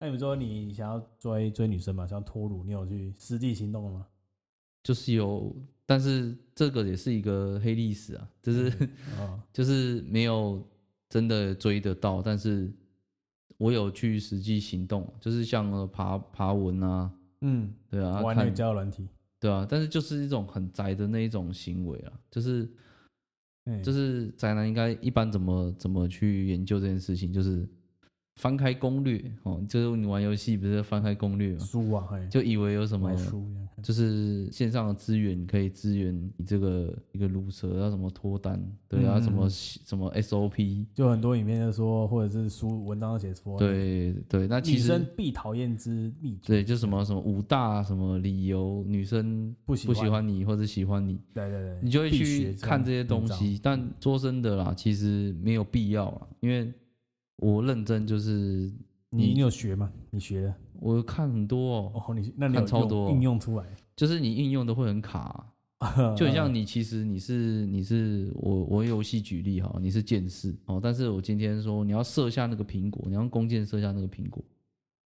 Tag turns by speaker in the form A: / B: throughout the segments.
A: 那你们说你想要追追女生嘛？想要脱乳，你有去实际行动了吗？
B: 就是有，但是这个也是一个黑历史啊，就是、
A: 哦，
B: 就是没有真的追得到，但是我有去实际行动，就是像呃爬爬文啊，
A: 嗯，
B: 对啊，
A: 玩那个
B: 看
A: 交友软体，
B: 对啊，但是就是一种很宅的那一种行为啊，就是
A: 嗯，
B: 就是宅男应该一般怎么怎么去研究这件事情，就是翻开攻略哦，就是你玩游戏不是翻开攻略嘛，
A: 书啊，哎，
B: 就以为有什么
A: 买书这样看
B: 就是线上的资源可以支援你这个一个 loser，要什么脱单，对，要什么
A: 嗯
B: 什么 SOP，
A: 就很多影片就说，或者是书文章都写说，，
B: 对对，那
A: 女
B: 其
A: 生
B: 实
A: 必讨厌之秘诀，
B: 对就什么什么五大什么理由，女生
A: 不喜
B: 不喜
A: 欢，
B: 欢你或者喜欢你，
A: 对对对，
B: 你就会
A: 必学
B: 去
A: 这
B: 看
A: 样
B: 这些东
A: 文章，
B: 西。但说真的啦，其实没有必要啦，因为我认真就是
A: 你
B: 你
A: 你有学吗？你学的
B: 我看很多哦，
A: 哦，你那你有
B: 看超
A: 用
B: 多哦
A: 应用出来，
B: 就是你应用的会很卡啊、
A: 嗯
B: 就很像你，其实你是你是我我游戏举例哈，你是剑士哦，但是我今天说你要射下那个苹果，你要用弓箭射下那个苹果，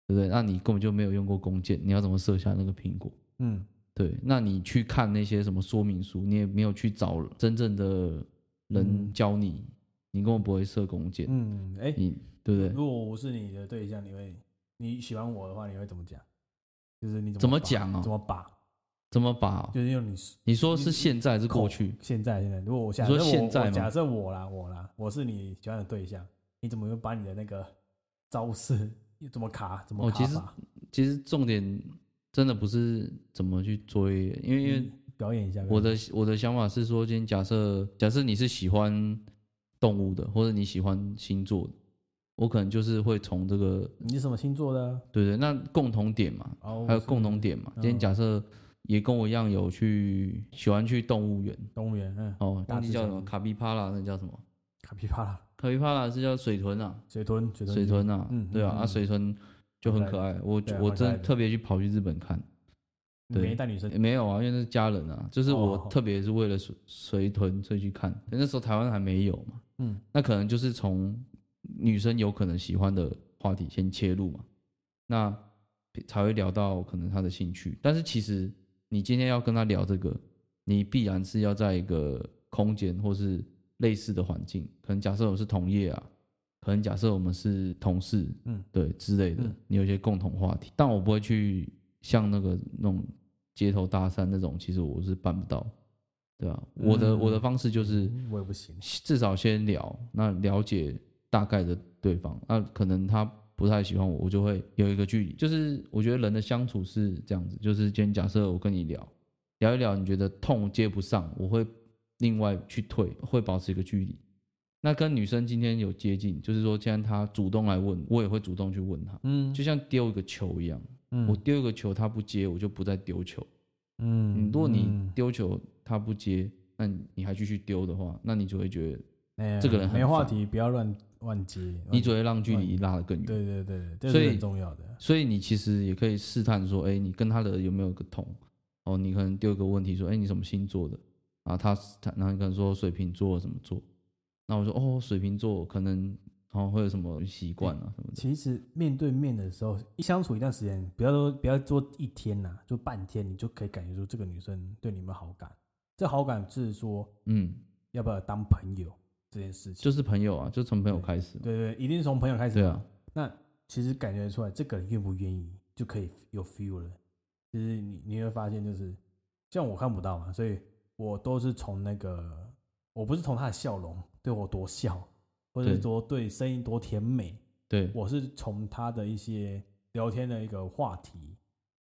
B: 对不对？那你根本就没有用过弓箭，你要怎么射下那个苹果？
A: 嗯，
B: 对，那你去看那些什么说明书，你也没有去找真正的人
A: 嗯
B: 教你，你根本不会射弓箭，
A: 嗯，哎、
B: 你对不对？
A: 如果我是你的对象，你会你喜欢我的话，你会怎么讲？就是你
B: 怎
A: 么
B: 么
A: 把
B: 讲啊
A: 怎么把？
B: 怎么把？
A: 就是用你
B: 你说是现在还是过
A: 口
B: 去？
A: 现在现在，如果我假
B: 你说
A: 设我
B: 现在
A: 我
B: 吗
A: 假设我啦我啦，我是你喜欢的对象，你怎么会把你的那个招式怎么卡怎么
B: 哦
A: 卡
B: 其实
A: 法？
B: 其实重点真的不是怎么去追，因为因为。
A: 你表演一下，
B: 我的我的想法是说，今天假设假设你是喜欢动物的，或者你喜欢星座的，我可能就是会从这个
A: 你是什么星座的啊？
B: 对对，那共同点嘛，
A: 哦，
B: 还有
A: 是
B: 共同点嘛。今天
A: 嗯
B: 假设也跟我一样有去喜欢去动物园
A: 动物园，嗯，
B: 哦，
A: 大
B: 那
A: 自
B: 叫什
A: 然
B: 么卡皮巴拉，那叫什么？
A: 卡皮巴拉、
B: 卡皮巴拉是叫水豚啊，
A: 水豚、水豚、
B: 水豚啊
A: 嗯，
B: 对啊，
A: 嗯
B: 啊
A: 嗯
B: 水豚就很可爱，我
A: 对啊
B: 我
A: 蛮可爱
B: 真
A: 的
B: 特别去跑去日本看。
A: 你没
B: 对
A: 带女生
B: 欸没有啊，因为那是家人啊，就是
A: 哦
B: 我
A: 好
B: 特别是为了水水豚所以去看，那时候台湾还没有嘛，
A: 嗯，
B: 那可能就是从女生有可能喜欢的话题先切入嘛，那才会聊到可能她的兴趣，但是其实你今天要跟她聊这个，你必然是要在一个空间或是类似的环境，可能假设我是同业啊，可能假设我们是同事，
A: 嗯，
B: 对之类的
A: 嗯，
B: 你有一些共同话题，但我不会去像那个那种街头搭讪那种，其实我是办不到，对吧、我的
A: 嗯
B: 我的方式就是
A: 嗯我也不行，
B: 至少先聊，那了解大概的对方，那可能他不太喜欢我，我就会有一个距离。就是我觉得人的相处是这样子，就是今天假设我跟你聊聊一聊，你觉得痛接不上，我会另外去退，会保持一个距离。那跟女生今天有接近，就是说，既然她主动来问，我也会主动去问她，
A: 嗯
B: 就像丢一个球一样，
A: 嗯
B: 我丢一个球，她不接，我就不再丢球。
A: 嗯
B: 嗯，如果你
A: 嗯
B: 丢球她不接，那你你还继续丢的话，那你就会觉得
A: 哎
B: 这个人很
A: 没话
B: 烦
A: 题，不要乱乱接，
B: 你
A: 乱
B: 只会让距离拉得更
A: 嗯
B: 远。
A: 对对对，这
B: 所
A: 是
B: 以
A: 很重要的。
B: 所以你其实也可以试探说，哎，你跟他的有没有个同？哦，你可能丢一个问题说，哎，你什么星座的？啊，他他，然后你可能说水瓶座什么座？那我说，哦，水瓶座可能哦会有什么习惯啊什么的。
A: 其实面对面的时候，一相处一段时间，不要说不要说一天呐、就半天，你就可以感觉出这个女生对你有没有好感。这好感是说
B: 嗯，
A: 要不要当朋友这件事情，
B: 就是朋友啊，就从朋友开始嘛。
A: 对对，一定是从朋友开始。
B: 对啊，
A: 那其实感觉出来，这个人愿不愿意就可以有 feel 了。就是你你会发现，就是像我看不到嘛，所以我都是从那个，我不是从他的笑容对我多笑，或者是
B: 对
A: 多对声音多甜美，
B: 对
A: 我是从他的一些聊天的一个话题，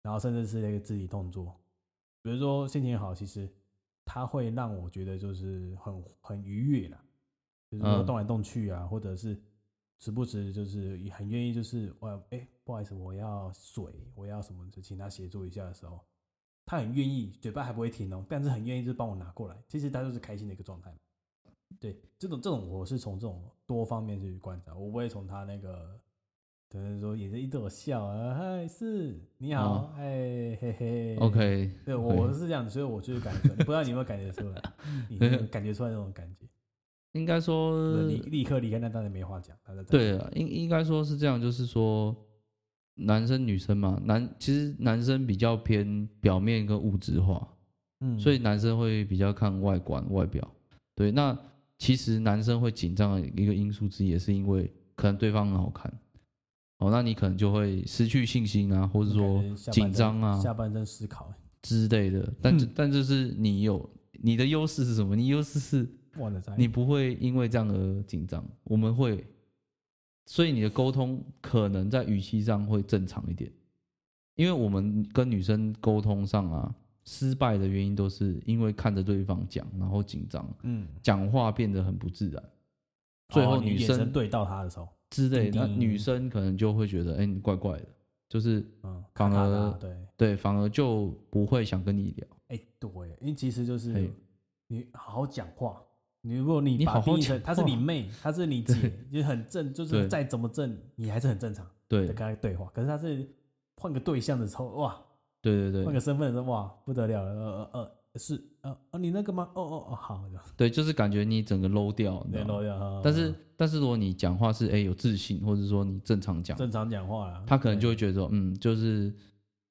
A: 然后甚至是一个肢体动作，比如说心情好，其实他会让我觉得就是很很愉悦啦，就是说
B: 嗯
A: 动来动去啊，或者是时不时就是也很愿意就是我哎、不好意思，我要水，我要什么，就请他协助一下的时候，他很愿意，嘴巴还不会停哦，但是很愿意就是帮我拿过来，其实他就是开心的一个状态嘛。对，这种这种我是从这种多方面去观察，我不会从他那个，可能说也是一朵笑啊，嗨是你好
B: 哦，
A: 哎、嘿嘿
B: ，OK，
A: 对我
B: OK
A: 我是这样，所以我就是感觉，不知道你有没有感觉出 来，你有没有感觉出来那种感觉，
B: 应该说
A: 立立刻离开那当然没话讲，大家再
B: 啊对啊，应应该说是这样，就是说，男生女生嘛，男其实男生比较偏表面跟物质化，
A: 嗯，
B: 所以男生会比较看外观外表。对，那其实男生会紧张的一个因素之一，也是因为可能对方很好看，哦，那你可能就会失去信心啊，或者说
A: 感觉下半身
B: 紧张啊
A: 下嗯半身思考，
B: 之类的。但这、但就是你有你的优势是什么？你优势是
A: 忘了在
B: 你不会因为这样而紧张，我们会，所以你的沟通可能在语气上会正常一点，因为我们跟女生沟通上啊，失败的原因都是因为看着对方讲，然后紧张，
A: 嗯，
B: 讲话变得很不自然，最
A: 哦
B: 后
A: 你
B: 女
A: 眼
B: 生
A: 神对到他的时候，
B: 之类
A: 叮
B: 的，那
A: 叮
B: 女生可能就会觉得，哎，你怪怪的，就是
A: 嗯，
B: 反
A: 咔咔
B: 而
A: 咔对，
B: 对，反而就不会想跟你聊。
A: 哎、对，因为其实就是
B: 嘿
A: 你好好讲话。你如果你
B: 你
A: 把
B: 好好
A: 定义成
B: 讲
A: 她是你
B: 话
A: 妹，她是你姐，就是很正，就是
B: 对
A: 再怎么正，你还是很正常
B: 对
A: 的跟她对话。可是她是换个对象的时候，哇，
B: 对对
A: 换
B: 对
A: 个身份的时候，哇，不得了了，呃呃呃，是呃呃，你那个吗？哦哦哦，好，
B: 对，就是感觉你整个 low 掉，你知
A: 对
B: 道吗
A: 喽呀。
B: 但是但是如果你讲话是哎、有自信，或者说你正常讲，
A: 正常讲话啦，
B: 他可能就
A: 对
B: 会觉得说嗯就是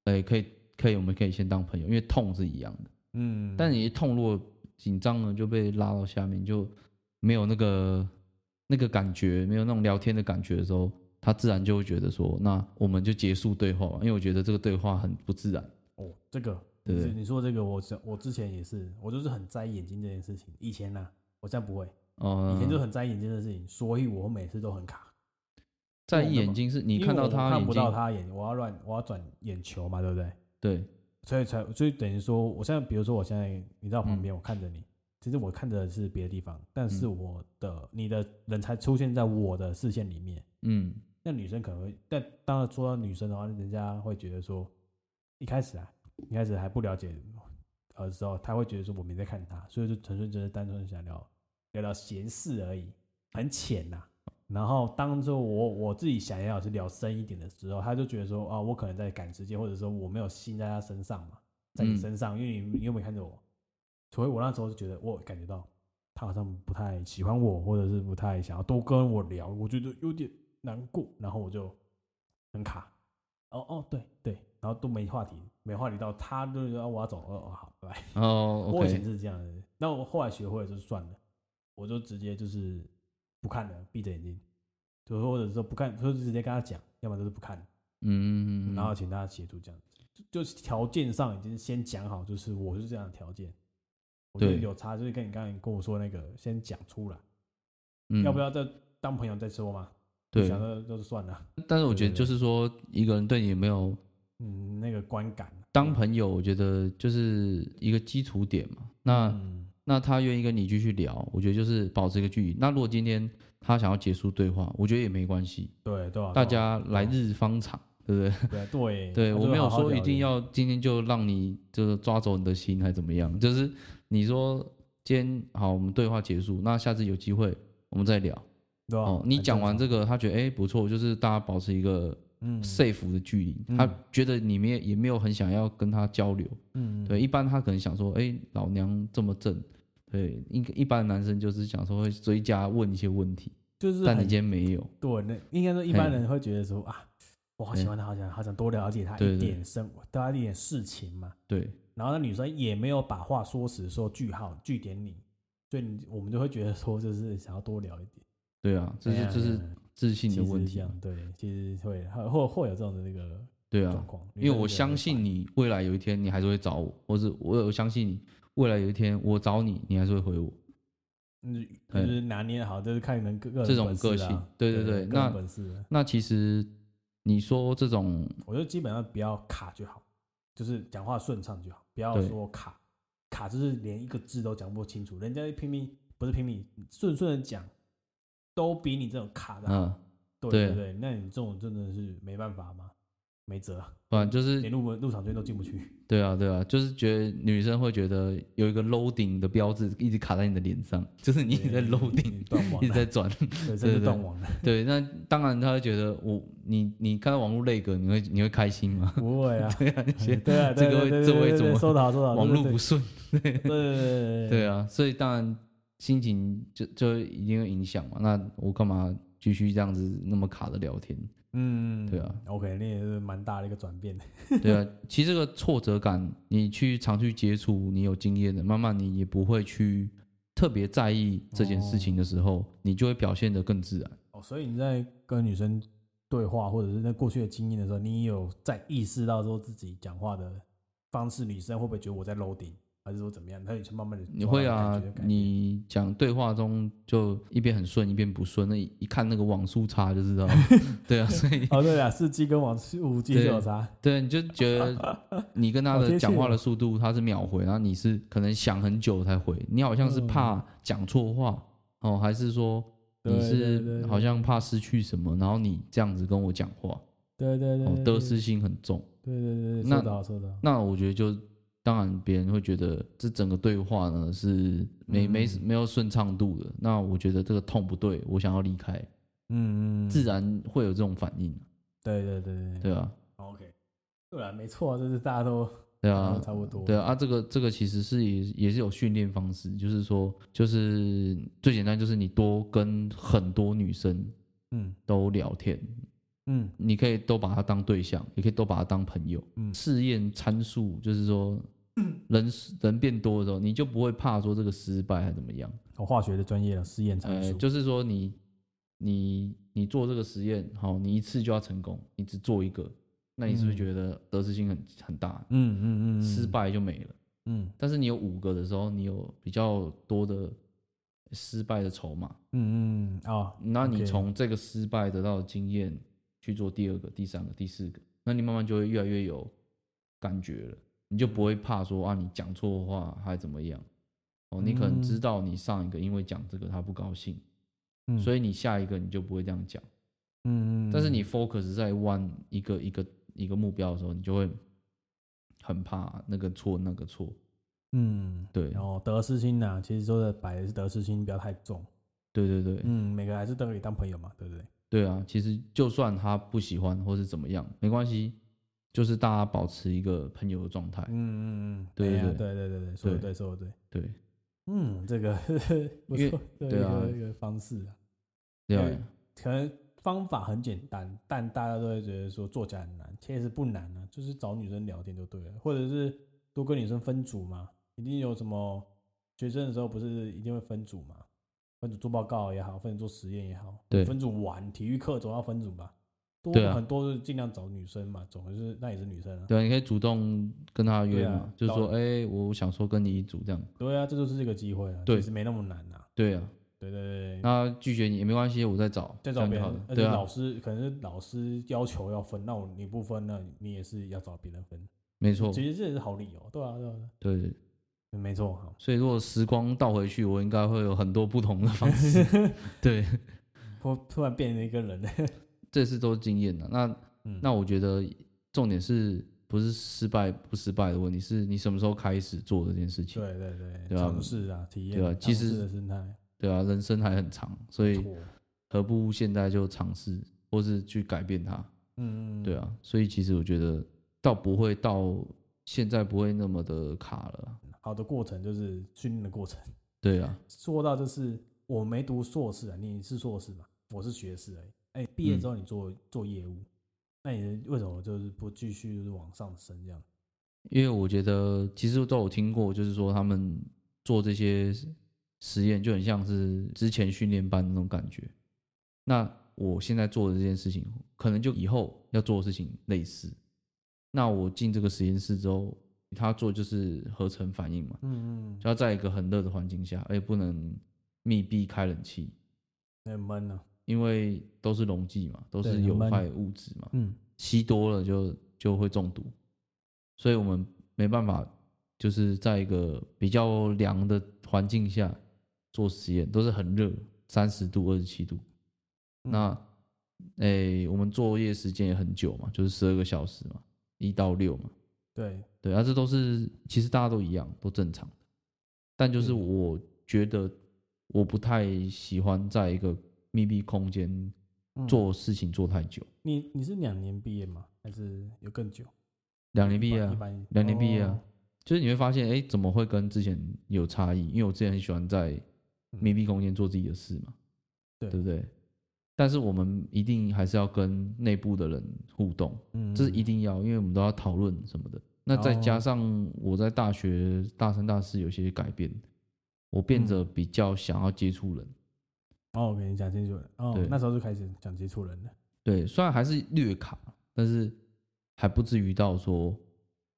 B: 哎、可以可以我们可以先当朋友，因为痛是一样的。
A: 嗯，
B: 但你一痛如果紧张了就被拉到下面，就没有那个那个感觉，没有那种聊天的感觉的时候，他自然就会觉得说那我们就结束对话吧，因为我觉得这个对话很不自然。
A: 哦，这个
B: 对
A: 你你说这个，我我之前也是，我就是很在意眼睛这件事情。以前呢、我现在不会，
B: 哦、
A: 以前就很在意眼睛的事情，所以我每次都很卡。
B: 在
A: 我干
B: 意眼
A: 嘛
B: 睛是你
A: 因为
B: 看到
A: 我
B: 他
A: 看
B: 眼
A: 不到
B: 睛，
A: 他眼，我要乱，我要转眼球嘛，对不对？
B: 对
A: 所以才，所以等于说，我现在比如说，我现在你在我旁
B: 嗯
A: 边，我看着你，其实我看着的是别的地方，但是我的、你的人才出现在我的视线里面。
B: 嗯
A: 那女生可能会，但当然说到女生的话，人家会觉得说，一开始啊，一开始还不了解呃的时候，他会觉得说我没在看她，所以就纯粹就是单纯想聊聊聊闲事而已，很浅呐、然后当做我我自己想要是聊深一点的时候，他就觉得说啊，我可能在赶时间，或者说我没有心在他身上嘛，在你
B: 嗯
A: 身上，因为你你又没看着我，所以我那时候就觉得我感觉到他好像不太喜欢我，或者是不太想要多跟我聊，我觉得有点难过，然后我就很卡。哦哦，对对，然后都没话题，没话题到他就说、啊我要走，哦哦好，拜拜。
B: 哦
A: 我以前
B: ，OK，
A: 是这样的，那我后来学会了就算了，我就直接就是不看了，闭着眼睛，就或者说不看，就直接跟他讲，要么就是不看，
B: 嗯，
A: 然后请他协助这样子，就就是条件上已经先讲好，就是我是这样的条件，我觉得
B: 对
A: 有差，就是跟你刚才跟我说那个先讲出来，
B: 嗯
A: 要不要再当朋友再说嘛？
B: 对，
A: 想到就是算了，
B: 但是我觉得
A: 对对对
B: 就是说，一个人对你有没有
A: 嗯，那个观感
B: 当朋友，我觉得就是一个基础点嘛。那、
A: 嗯
B: 那他愿意跟你继续聊，我觉得就是保持一个距离。那如果今天他想要结束对话，我觉得也没关系，
A: 对对啊，
B: 大
A: 对啊
B: 家来日方长，对 不对？
A: 对啊对，
B: 对
A: 那
B: 我
A: 就
B: 没有
A: 好好
B: 说
A: 聊
B: 一定
A: 聊
B: 要今天就让你就是抓走你的心还怎么样，就是你说今天好，我们对话结束，那下次有机会我们再聊。
A: 对啊
B: 哦，你
A: 很
B: 讲
A: 正
B: 完
A: 常
B: 这个，他觉得哎、不错，就是大家保持一个
A: 嗯
B: safe 的距离，
A: 嗯
B: 他觉得你们也也没有很想要跟他交流。
A: 嗯
B: 对，一般他可能想说，哎、老娘这么正，对，应一般的男生就是想说会追加问一些问题，
A: 就是
B: 但你
A: 很
B: 今天没有，
A: 对，那应该说一般
B: 嘿
A: 人会觉得说啊，我好喜欢他，好想好想多了解他
B: 对
A: 一
B: 对
A: 点生活，多了解一点事情嘛。
B: 对
A: 然后那女生也没有把话说死，说句号句点你，所以你我们就会觉得说，就是想要多聊一点。
B: 对啊，这
A: 哎
B: 是
A: 呀
B: 这是
A: 哎呀
B: 自信
A: 其
B: 的
A: 实
B: 问
A: 是
B: 题
A: 这
B: 嘛，
A: 样，对，其实会会会会有这种的那个
B: 对
A: 状
B: 啊，
A: 况，女
B: 因为
A: 生
B: 我
A: 觉得
B: 相
A: 很
B: 信
A: 烦
B: 你未来有一天你还是会找我，或是我我相信你未来有一天我找你，你还是会回我，
A: 嗯，
B: 哎
A: 就是拿捏好，就是看你们个个人
B: 这种
A: 本事
B: 个
A: 啦
B: 性对对
A: 对
B: 对
A: 个人
B: 那
A: 本事，
B: 那其实你说这种
A: 我觉得基本上不要卡就好，就是讲话顺畅就好，不要
B: 对
A: 说卡，卡就是连一个字都讲不清楚，人家拼命不是拼命顺顺的讲，都比你这种卡的好、
B: 啊，
A: 对
B: 对
A: 对对，那你这种真的是没办法嘛，没辙，
B: 不然就是
A: 连入门入场券都进不去。
B: 对啊，对啊，就是觉得女生会觉得有一个 loading 的标志一直卡在你的脸上，就是 你一直在
A: 对
B: loading，
A: 你断网
B: 一直
A: 了，
B: 在转。
A: 对，
B: 对
A: 这就
B: 对
A: 断网了。
B: 对，那当然她会觉得我你你看到网络类格，你会你会开心吗？
A: 不会啊，
B: 对啊，你觉
A: 哎
B: 得
A: 对啊，对
B: 这个
A: 对
B: 会
A: 对
B: 这
A: 对
B: 会
A: 对
B: 怎
A: 对
B: 么
A: 收到收到，
B: 网
A: 对
B: 络不顺，
A: 对对对 嗯
B: 对啊，所以当然心情就就一定会影响嘛。那我干嘛继续这样子那么卡的聊天？
A: 嗯，
B: 对啊
A: ，OK，那也是蛮大的一个转变的。
B: 对啊，其实这个挫折感，你去常去接触，你有经验的，慢慢你也不会去特别在意这件事情的时候，你就会表现得更自然。
A: 哦，所以你在跟女生对话，或者是在过去的经验的时候，你有在意识到说自己讲话的方式，女生会不会觉得我在 loading，还是说怎么样？那你就慢慢的
B: 你会啊，你讲对话中就一边很顺，一边不顺，那一一看那个网速差就知道了。对啊，所以
A: 哦，对啊，四 G 跟网五 G 是有差，
B: 对啊你就觉得你跟他
A: 好贴
B: 的
A: 切
B: 讲话
A: 哦
B: 的速度，他是秒回，然后你是可能想很久才回，你好像是
A: 嗯
B: 怕讲错话哦，还是说
A: 对
B: 你
A: 对对
B: 是
A: 对
B: 好像怕失去什么，然后你这样子跟我讲话，
A: 对对对
B: 哦，
A: 对
B: 得失心很重。
A: 对对对，
B: 那
A: 说得好说得好，
B: 那我觉得就当然别人会觉得这整个对话呢是没没
A: 嗯
B: 没有顺畅度的。那我觉得这个痛不对，我想要离开，
A: 嗯嗯，
B: 自然会有这种反应，
A: 对对对对对
B: 对啊，
A: ，OK，对啊，没错，就是大家都大
B: 对
A: 家
B: 啊
A: 都，差不多，
B: 对啊，啊，这个这个其实是也也是有训练方式，就是说，就是最简单就是你多跟很多女生
A: 嗯
B: 都聊天，
A: 嗯
B: 你可以都把她当对象，也可以都把她当朋友。
A: 嗯
B: 试验参数就是说，人 人变多的时候，你就不会怕说这个失败还怎么样。
A: 我化学的专业了，试验参
B: 呃，
A: 数，
B: 就是说你你你做这个实验，好，你一次就要成功，你只做一个，那你是不是
A: 嗯
B: 觉得得失心很很大？
A: 嗯嗯嗯，
B: 失，败就没了。
A: 嗯
B: 但是你有五个的时候，你有比较多的失败的筹码，
A: 嗯嗯哦，
B: 那你
A: OK
B: 从这个失败得到的经验去做第二个、第三个、第四个，那你慢慢就会越来越有感觉了，你就不会
A: 嗯
B: 怕说啊你讲错话还怎么样。哦，你可能
A: 嗯
B: 知道你上一个因为讲这个他不高兴，
A: 嗯
B: 所以你下一个你就不会这样讲。
A: 嗯嗯，
B: 但是你 focus 在 one 一个一个一个目标的时候，你就会很怕那个错那个错。
A: 嗯。
B: 对，
A: 然后得失心呐、其实说的白的是得失心不要太重。
B: 对对对，
A: 嗯，每个还是都可以当朋友嘛，对不对？
B: 对啊，其实就算他不喜欢或是怎么样，没关系，就是大家保持一个朋友的状态。
A: 嗯嗯嗯，哎
B: 对
A: 呀
B: 对
A: 对对对对，说的
B: 对
A: 对，说的对。
B: 对，
A: 嗯，这个 不
B: 因为
A: 错的一
B: 对啊
A: 个一个方式啊，
B: 对
A: 对
B: 啊，
A: 可能方法很简单，但大家都会觉得说做起来很难，其实不难啊，就是找女生聊天就对了，或者是多跟女生分组嘛，一定有什么学生的时候不是一定会分组嘛，分组做报告也好，分组做实验也好，
B: 对
A: 分组玩体育课总要分组吧，多
B: 对啊
A: 很多是尽量找女生嘛，总是那也是女生啊，
B: 对啊，你可以主动跟他约
A: 对
B: 嘛，
A: 啊
B: 就说
A: 当
B: 哎、我想说跟你一组这样。
A: 对啊，这就是这个机会啊，
B: 对
A: 其实没那么难呐、啊，
B: 对啊，
A: 对对对对。
B: 那拒绝你也没关系，我再找，
A: 再
B: 这
A: 找
B: 样
A: 别
B: 就好
A: 人
B: 了，。
A: 而且
B: 对
A: 老
B: 啊，
A: 师、可能是老师要求要分，那我你不分，那你也是要找别人分。
B: 没错，
A: 其实这也是好理由，对啊，对啊，对啊
B: 对。
A: 嗯没错，好，
B: 所以如果时光倒回去，我应该会有很多不同的方式。对，
A: 突突然变成一个人，
B: 这次都是经验的。啊那
A: 嗯，
B: 那我觉得重点是不是失败不失败的问题，是你什么时候开始做这件事情。
A: 对对对，
B: 对啊
A: 尝试啊，体验，
B: 对啊其实
A: 尝试的生态，
B: 对啊，人生还很长，所以
A: 错
B: 何不现在就尝试，或是去改变它？
A: 嗯，嗯
B: 对，啊，所以其实我觉得倒不会到现在不会那么的卡了。
A: 好的过程就是训练的过程。
B: 对啊，
A: 说到就是我没读硕士啊，你是硕士嘛，我是学士而已。哎、毕业之
B: 嗯
A: 后你做、做业务，那你为什么就是不继续就是往上升这样？
B: 因为我觉得其实都有听过，就是说他们做这些实验就很像是之前训练班那种感觉。那我现在做的这件事情，可能就以后要做的事情类似。那我进这个实验室之后，他做就是合成反应嘛，
A: 嗯嗯，
B: 就要在一个很热的环境下，而且哎不能密闭开冷气，
A: 很闷啊，
B: 因为都是溶剂嘛，都是
A: 对
B: 有
A: 很闷
B: 害物质嘛，
A: 嗯
B: 吸多了就就会中毒，所以我们没办法，就是在一个比较凉的环境下做实验，都是很热，三十度、二十七度。
A: 嗯
B: 那诶、我们作业时间也很久嘛，就是十二个小时嘛，一到六嘛，
A: 对，
B: 对啊，这都是其实大家都一样，都正常的。但就是
A: 嗯
B: 我觉得我不太喜欢在一个密闭空间
A: 嗯
B: 做事情做太久。
A: 你你是两年毕业吗？还是有更久？
B: 两年毕业
A: 一般
B: 啊，
A: 一般
B: 两年毕业啊
A: 哦
B: 就是你会发现，哎，怎么会跟之前有差异？因为我之前很喜欢在密闭空间做自己的事嘛，
A: 嗯对
B: 对不对？但是我们一定还是要跟内部的人互动，
A: 嗯，哦
B: 这是一定要，因为我们都要讨论什么的。那再加上我在大学大三、大四有些改变，我变
A: 嗯
B: 得比较想要接触人。
A: 哦，我跟你讲接触人，哦
B: 对，
A: 那时候就开始讲接触人了，
B: 对，虽然还是略卡，但是还不至于到说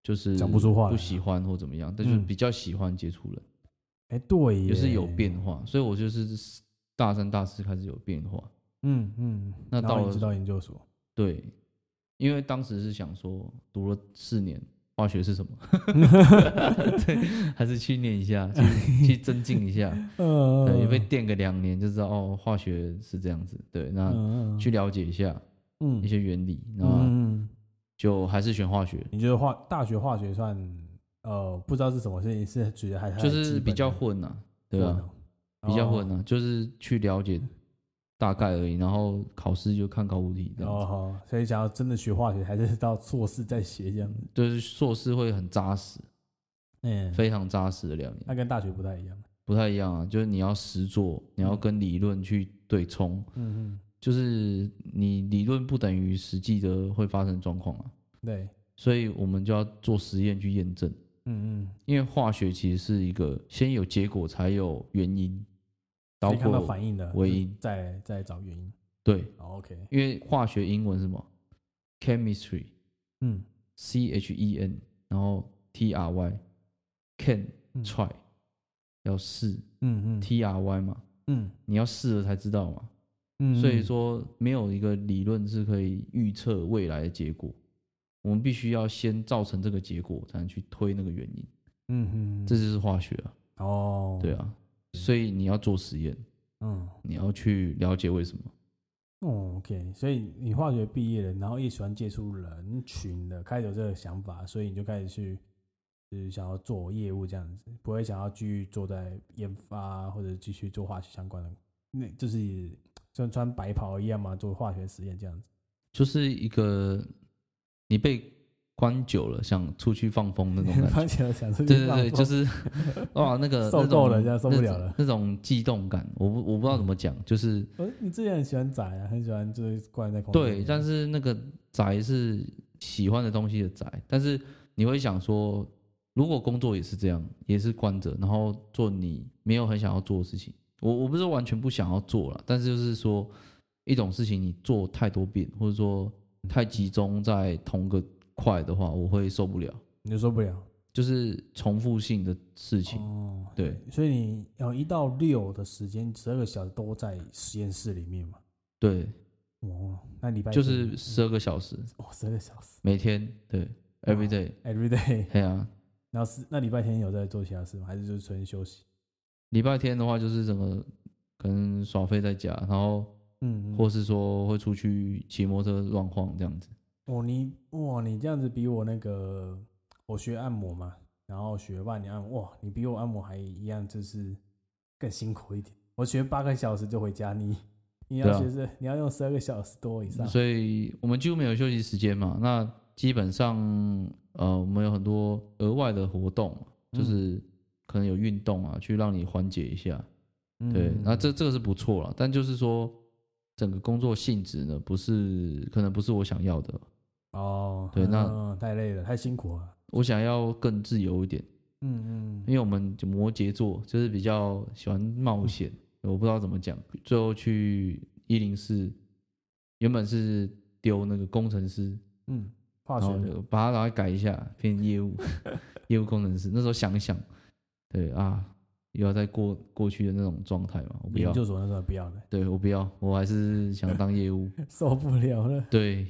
B: 就是
A: 讲不出话来啊
B: 不喜欢或怎么样，但就是
A: 嗯
B: 比较喜欢接触人，
A: 哎，对耶，
B: 也是有变化。所以我就是大三、大四开始有变化。
A: 嗯嗯，
B: 那
A: 然后
B: 到
A: 一
B: 了
A: 直到研究所，
B: 对，因为当时是想说，读了四年化学是什么？ 对，还是去念一下，去去增进 一下，
A: 呃
B: 对，也被电个两年就知道哦，化学是这样子。对，那
A: 嗯
B: 啊去了解一下
A: 嗯
B: 一些啊原理，
A: 嗯
B: 然后
A: 嗯，
B: 就还是选化学，
A: 你觉得化大学化学算呃不知道是什么事情，是觉得还
B: 就
A: 还基
B: 是
A: 本
B: 比较
A: 的
B: 混呐、对吧、
A: 混哦
B: 比较混呐、就是去了解大概而已，然后考试就看考古题这样子。
A: 哦，好，所以想要真的学化学，还是到硕士再学这样子。
B: 就是硕士会很扎实，
A: 嗯，
B: 非常扎实的两年。
A: 那跟大学不太一样。
B: 不太一样啊，就是你要实做，你要跟理论去对冲，
A: 嗯
B: 就是你理论不等于实际的会发生状况啊，
A: 嗯，对，
B: 所以我们就要做实验去验证。
A: 嗯嗯，
B: 因为化学其实是一个先有结果才有原因，导
A: 可以看到
B: 果
A: 反应的，
B: 为
A: 就是
B: 因
A: 再再找原因。
B: 对，
A: 哦 OK，
B: 因为化学英文是什么？chemistry
A: 嗯
B: C H E N，然后 T R Y can
A: 嗯
B: try 要试
A: 嗯嗯
B: T R Y 嘛，
A: 嗯
B: 你要试了才知道嘛。
A: 嗯，
B: 所以
A: 嗯
B: 说，没有一个理论是可以预测未来的结果。我们必须要先造成这个结果，才能去推那个原因。
A: 嗯嗯，
B: 这就是化学啊，
A: 哦，
B: 对，啊。所以你要做实验，
A: 嗯。
B: 你要去了解为什么。
A: 哦，OK，所以你化学毕业了，然后也喜欢接触人群的，开始有这个想法，所以你就开始去，就是想要做业务这样子，不会想要继续做在研发或者继续做化学相关的，那就是像穿白袍一样嘛，做化学实验这样子。
B: 就是一个你被关久了，想出去放风那种感觉。
A: 而且想出去
B: 对 对
A: 放
B: 对，
A: 风
B: 就是哇，那 个
A: 受
B: 那种
A: 够了这样受不了了
B: 那种那种悸动感，我不我不知道怎么讲，就是
A: 呃你之前很喜欢宅啊，很喜欢就是关在空间里
B: 对，
A: 面
B: 但是那个宅是喜欢的东西的宅，但是你会想说，如果工作也是这样，也是关着，然后做你没有很想要做的事情，我我不是完全不想要做了，但是就是说一种事情你做太多遍，或者说
A: 嗯
B: 太集中在同个块的话，我会受不了，
A: 你就受不了。
B: 就是重复性的事情。
A: 哦，
B: 对，
A: 所以你要一到六的时间，十二个小时都在实验室里面嘛。
B: 对，
A: 哦，那礼拜
B: 就
A: 天
B: 是十二个小时
A: 哦，十二个小时
B: 每天，对，every day，
A: every day。
B: 嘿啊，
A: 然后是那礼拜天有在做其他事吗？还是就是纯休息？
B: 礼拜天的话就是整个可能耍废在家，然后
A: 嗯，
B: 或是说会出去骑摩托车乱晃这样子。
A: 哦，你哇，你这样子比我那个我学按摩嘛，然后学半年按摩，哇，你比我按摩还一样，就是更辛苦一点。我学八个小时就回家，你你要
B: 对啊
A: 学是、你要用十二个小时多以上。
B: 所以我们几乎没有休息时间嘛。那基本上呃，我们有很多额外的活动，
A: 嗯
B: 就是可能有运动啊，去让你缓解一下。对，
A: 嗯
B: 那这这个是不错了，但就是说整个工作性质呢，不是可能不是我想要的，
A: 哦，
B: 对那
A: 嗯太累了，太辛苦了。
B: 我想要更自由一点。
A: 嗯嗯，
B: 因为我们摩羯座就是比较喜欢冒险，我不知道怎么讲。最后去一零四，原本是丢那个工程师，
A: 嗯，化
B: 然
A: 学
B: 后
A: 的，
B: 就把它拿来改一下，变 业务，业务工程师。那时候想一想，对啊，又要再过过去的那种状态嘛，我不
A: 研
B: 要，
A: 究所那时候不要的，
B: 对我不要，我还是想当业务。
A: 受不了了。
B: 对，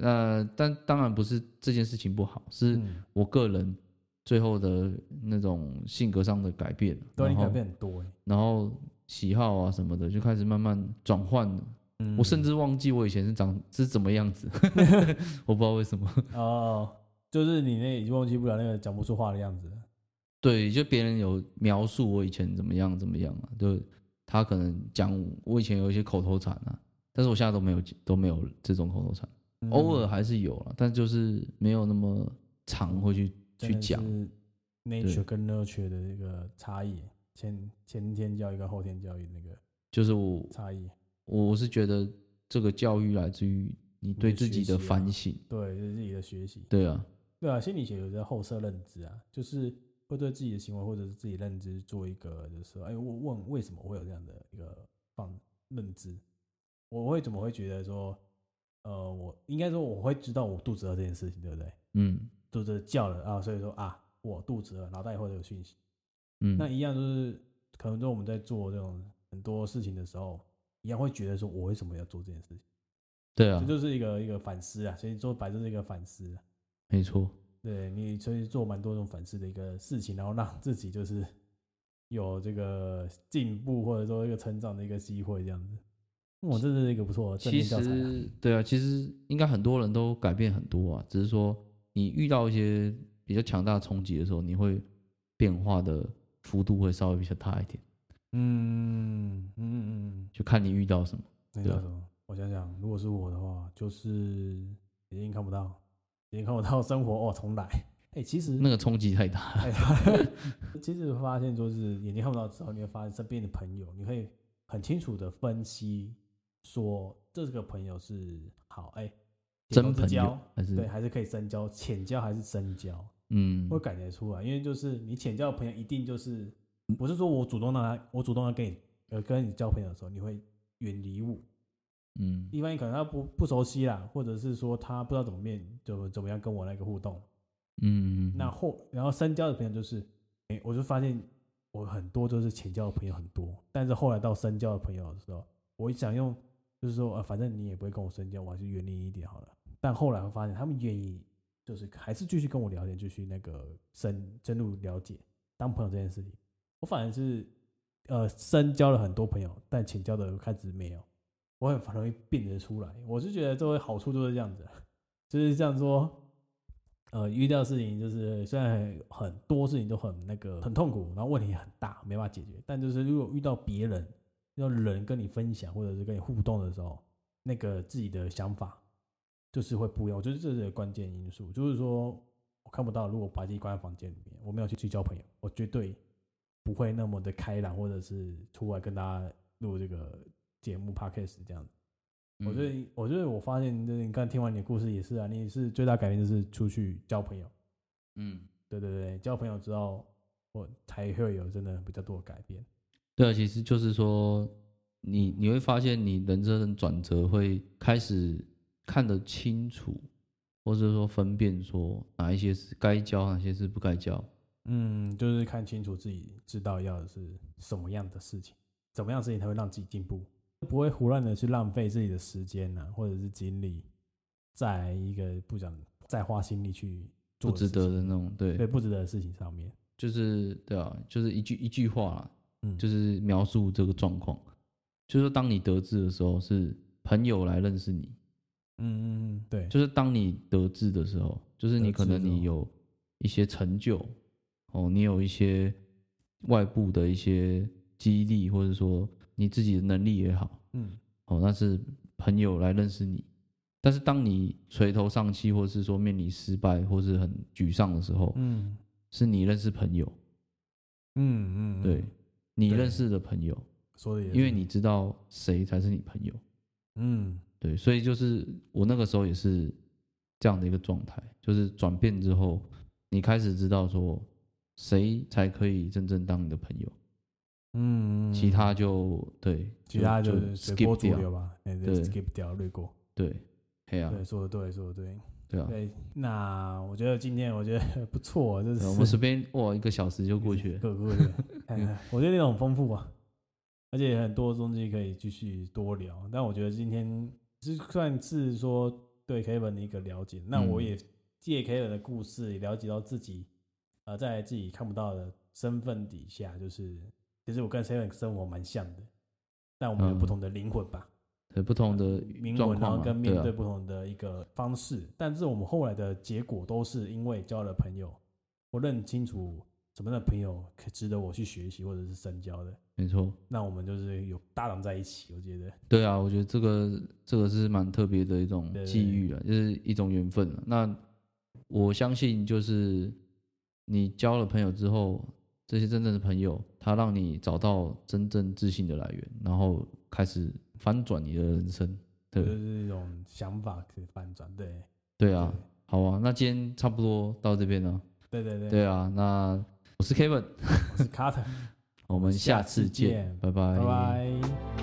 B: 呃，但当然不是这件事情不好，是
A: 嗯，
B: 我个人最后的那种性格上的改变，
A: 对你
B: 然后
A: 改变很多欸。
B: 然后喜好啊什么的就开始慢慢转换了。
A: 嗯
B: 我甚至忘记我以前是长是怎么 样子，我不知道为什么。
A: 哦，就是你那已经忘记不了那个讲不出话的样子了。
B: 对，就别人有描述我以前怎么样怎么样啊，就他可能讲我以前有一些口头禅啊，但是我现在都没有都没有这种口头禅，
A: 嗯
B: 偶尔还是有了，但就是没有那么常会去
A: 真
B: 去
A: 的
B: 讲。
A: 是 nature 跟 nurture 的这个差异，前前天教育跟后天教育那个
B: 就是我
A: 差异。
B: 我是觉得这个教育来自于你对自己
A: 啊
B: 的反省。
A: 对，就是自己的学习。
B: 对啊，
A: 对啊，心理学有叫后设认知啊，就是会对自己的行为或者是自己认知做一个，就是说，哎，我问为什么我会有这样的一个放认知，我会怎么会觉得说，呃，我应该说我会知道我肚子饿这件事情，对不对？
B: 嗯
A: 肚子叫了啊，所以说啊，我肚子饿，脑袋会有讯息。
B: 嗯，
A: 那一样就是，可能说我们在做这种很多事情的时候，一样会觉得说，我为什么要做这件事情？
B: 对啊
A: 这，就是一个一个反思啊，所以做白就是一个反思、啊。
B: 没错，
A: 对你，所以做蛮多种反思的一个事情，然后让自己就是有这个进步或者说一个成长的一个机会，这样子。我、这是一个不错的正
B: 其
A: 面教材、啊。
B: 实对啊，其实应该很多人都改变很多啊，只是说你遇到一些比较强大的冲击的时候，你会变化的幅度会稍微比较大一点，
A: 嗯嗯嗯嗯，
B: 就看你遇到什么。
A: 那
B: 对
A: 叫
B: 啊
A: 什么？我想想，如果是我的话，就是眼睛看不到，眼睛看不到生活哦，重来。 哎、其实
B: 那个冲击太大了，
A: 哎呀其实发现说是眼睛看不到之后，你会发现身边的朋友，你会很清楚的分析说这个朋友是好哎，点
B: 真
A: 头之
B: 朋友嗯
A: 交
B: 还是
A: 对，还是可以深交，浅交还是深交，
B: 嗯
A: 会感觉出来，因为就是你浅交的朋友一定就是不是说我主动让他，我主动要跟你呃跟你交朋友的时候，你会远离我，
B: 嗯
A: 一般可能他不不熟悉啦，或者是说他不知道怎么面怎么怎么样跟我那个互动，
B: 嗯，
A: 那后然后深交的朋友就是，诶，我就发现我很多就是浅交的朋友很多，但是后来到深交的朋友的时候，我想用就是说，呃，反正你也不会跟我深交，我还是远离一点好了。但后来我发现他们愿意，就是还是继续跟我聊天，继续那个深深入了解当朋友这件事情。我反而是呃深交了很多朋友，但浅交的开始没有，我很容易辨得出来。我是觉得这个好处就是这样子， 就是这样说。呃，遇到事情就是虽然很很多事情都很那个很痛苦，然后问题很大，没办法解决。但就是如果遇到别人，遇到人跟你分享或者是跟你互动的时候，那个自己的想法就是会不一样。我觉得这是关键因素，就是说我看不到，如果把自己关在房间里面，我没有去去交朋友，我绝对不会那么的开朗，或者是出来跟大家录这个节目 podcast 这样子。
B: 嗯
A: 我觉得，我觉得我发现，就是你刚才听完你的故事也是啊，你是最大改变就是出去交朋友，
B: 嗯，
A: 对对对，交朋友之后，我才会有真的比较多的改变。
B: 对啊，其实就是说，你你会发现你人生的转折会开始看得清楚，或者说分辨说哪一些是该教，哪些是不该教。
A: 嗯，就是看清楚自己知道要的是什么样的事情，怎么样的事情才会让自己进步，不会胡乱的去浪费自己的时间呢、或者是精力，在一个不想再花心力去
B: 不
A: 做
B: 值
A: 事
B: 得
A: 情
B: 的那种，对，
A: 对不值得的事情上面。
B: 就是对啊，就是一句一句话啦，
A: 嗯，
B: 就是是描述这个状况，就是说当你得志的时候，是朋友来认识你，
A: 嗯嗯嗯，对，
B: 就是当你得志的时候，就是你
A: 得
B: 可
A: 志
B: 能
A: 的时
B: 你
A: 候
B: 有一些成就，哦，你有一些外部的一些激励，或者说你自己的能力也好，
A: 嗯
B: 哦，那是朋友来认识你。但是当你垂头丧气，或是说面临失败，或是很沮丧的时候，
A: 嗯
B: 是你认识朋友，
A: 嗯嗯，
B: 对
A: 嗯，
B: 你
A: 对
B: 认识的朋友，
A: 说的也是，
B: 因为你知道谁才是你朋友，
A: 嗯。
B: 对，所以就是我那个时候也是这样的一个状态，就是转变之后，你开始知道说谁才可以真正当你的朋友，
A: 嗯，
B: 其他就对，
A: 其他
B: 就
A: 就是随波
B: skip
A: 逐流
B: 掉，
A: 吧，哎
B: 对
A: 对，skip 掉略过。
B: 对，嘿啊，
A: 对，说的对，说的对。
B: 对啊，
A: 对，那我觉得今天我觉得 不错，就
B: 对
A: 是
B: 我们随便哇一个小时就过去了，
A: 各过去了。哎我觉得那种很丰富啊，而且很多东西可以继续多聊。但我觉得今天是算是说对 Kevin 的一个了解，那我
B: 嗯
A: 也借 Kevin 的故事也了解到自己，呃，在自己看不到的身份底下，就是其实我跟 Kevin 生活蛮像的，但我们有不
B: 嗯
A: 同的灵魂吧。
B: 对不同的
A: 铭
B: 状
A: 文，然后
B: 况嘛，
A: 跟
B: 对
A: 面对
B: 啊，
A: 不同的一个方式。但是我们后来的结果都是因为交了朋友，我认清楚什么样的朋友可值得我去学习或者是深交的。
B: 没错，
A: 那我们就是有搭档在一起，我觉得
B: 对啊，我觉得这个这个是蛮特别的一种
A: 对
B: 际遇了，啊就是一种缘分了。啊那我相信，就是你交了朋友之后，这些真正的朋友，他让你找到真正自信的来源，然后开始翻转你的人生。
A: 就
B: 对
A: 是一种想法可以翻转，对，
B: 对啊，好啊，那今天差不多到这边了。
A: 对对对，
B: 对啊，那我是 Kevin，
A: 我是 Carter，
B: 我们下次见，
A: 拜拜。